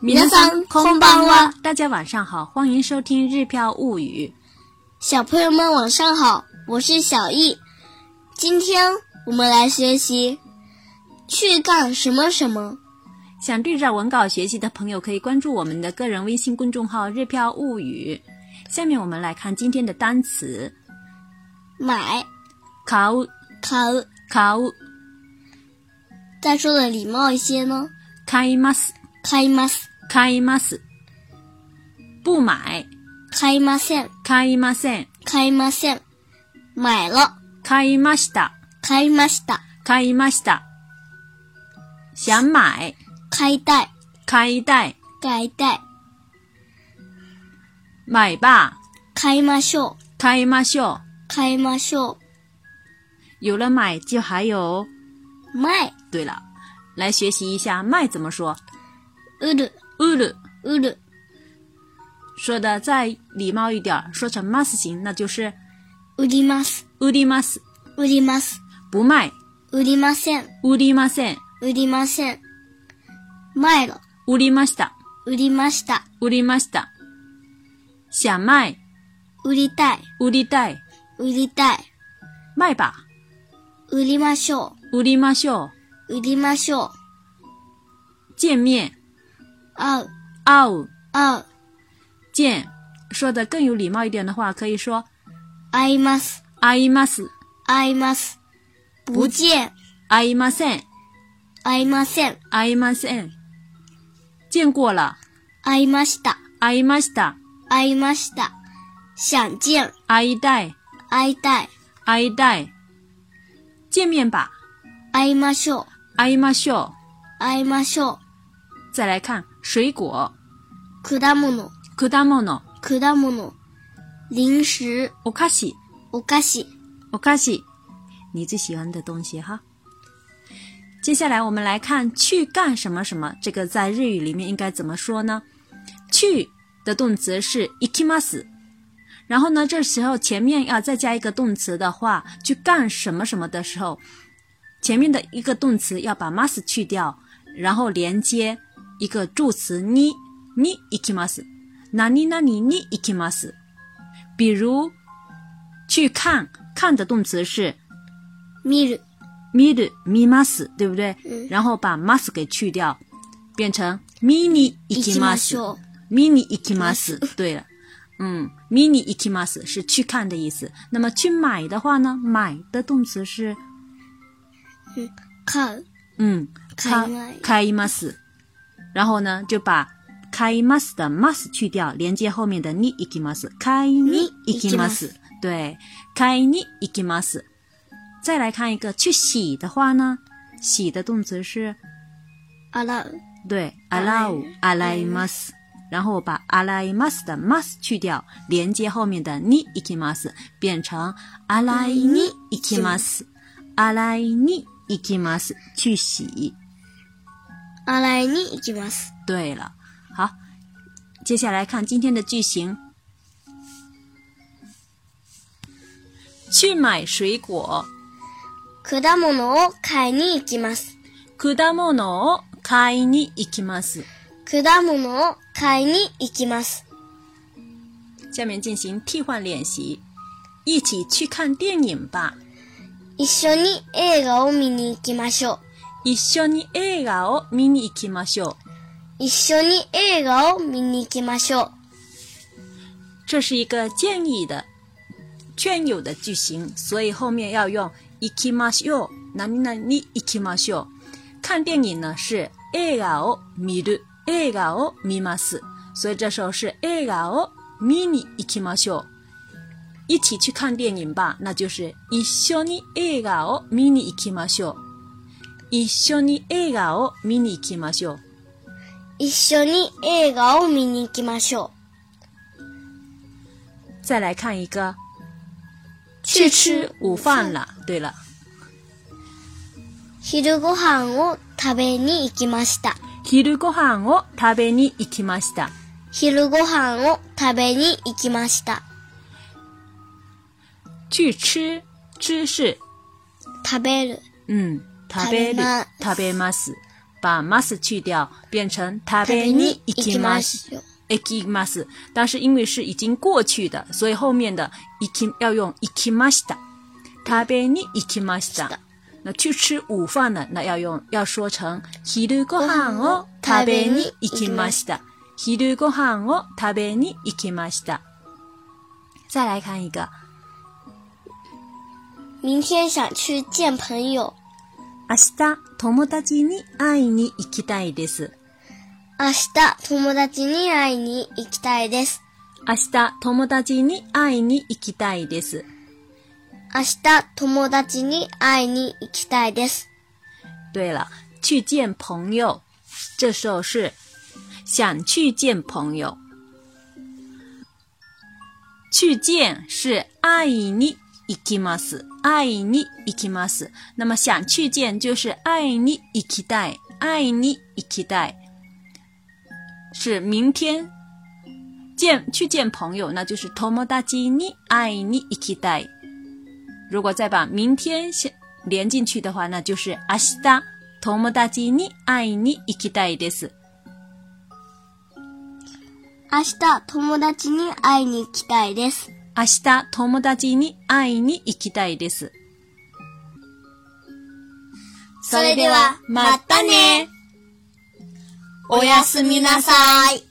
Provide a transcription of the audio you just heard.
皆さんこんばんは。大家晚上好，欢迎收听《日票物语小朋友们晚上好，我是小易。今天我们来学习去干什么什么。》。想对照文稿学习的朋友，可以关注我们的个人微信公众号“日票物语”。下面我们来看今天的单词：买、買う、買う。買う、再说的礼貌一些呢，買います、買います、買います。不买、買いません、買いません、買いません。买了、買いました、買いました、買いました。想买、買いたい、買いたい、買いたい。买吧、買いましょう、買いましょう。買いましょ有了买就还有哦。う。前、对了，来学习一下卖怎么说。売る、売る売る。说的再礼貌一点儿，说成 mas 型，那就是売ります、売ります。売ります、不卖，売りません。売りません。売りません。前了、呃売りました。売りました、売りました。想卖，売りたい、売りたい。売りたい、卖吧，売りましょ売りましょう。う、売りましょう、见面，会う、会う。会う、见，说的更有礼貌一点的话，可以说会います、会います、会います、不见、会いません、会いません、会いません。见过了，会いました、会いました。会いました、想见、会いたい。会いたい、会いたい。见面吧，会いましょう、会いましょ会いましょう。再来看水果，う、果物、果物、果物、零食、お菓子、お菓子、お菓子，你最喜欢的东西哈。接下来我们来看“去干什么什么”这个在日语里面应该怎么说呢？“去”的动词是“行きます”，然后呢，这时候前面要再加一个动词的话，“去干什么什么”的时候，前面的一个动词要把 mas 去掉，然后连接一个助词にに行きます，哪里哪里に行きます。比如去看看的动词是見る、見る見ます，对不对？嗯然后把 mas 给去掉，变成見に行行ききまますし。ょう。見に行きます。对了，嗯，見に行きます是去看的意思。那么去买的话呢，买的动词是買う、嗯，買いいます買います。然后呢，就把買います的 mas 去掉，连接后面的に行きます。買いに行きます。对，買いに行きます。再来看一个去洗的话呢，洗的动词是洗う、对洗う洗います。然后我把洗います的 mas 去掉，连接后面的に行きます，变成洗いに行きます。洗いに行きます。去洗。洗いに行きます。对了，好，接下来看今天的句型。去买水果，果物を買いに行きます。果物を買いに行きます。果物を買いに行きます。下面进行替换练习，一起去看电影吧。一緒に映画を見に行きましょう。一緒に映画を見に行きましょう。一緒に映画を見に行きましょう。这是一个建议的、劝诱的句型，所以后面要用行きましょう。何々に行きましょう。看电影呢是映画を見る、映画を見ます，所以这时候是映画を見に行きましょう。一起去看电影吧，那就是一緒に映画を見に行きましょう。一緒に映画を見に行きましょう。一緒に映画を見に行きましょ再来看一个，う。去吃午饭了。对了。昼ご飯を食べに行きました。昼ご飯を食べに行きました。昼ご飯を食べに行きました。去吃，吃是食べる、嗯，食べる食べます食べます。把 mas 去掉，变成食食べべにに行行ききま。ますすよ。行きます，但是因为是已经过去的，所以后面的行き要用行きました。食べに行きました是的。那去吃午饭呢？那要用要说成昼ご飯を食べに行きました。昼ご飯を食べに行きました。再来看一个，明天想去见朋友，明日友達に会いに行きたいです。明日友達に会いに行きたいです。明日友達に会いに行きたいです。明日友達に会いに行きたいです。对了，去见朋友，这时候是想去见朋友。去见是爱你行きます，爱你行きます。那么想去见就是爱你行きたい，爱你行きたい。是明天见去见朋友，那就是友達に会いに行きたい。如果再把明天先连进去的话，那就是明日友達に会いに行きたいです。明日友達に会いに行きたいです。明日友達に会いに行きたいです。それではまたね。おやすみなさい。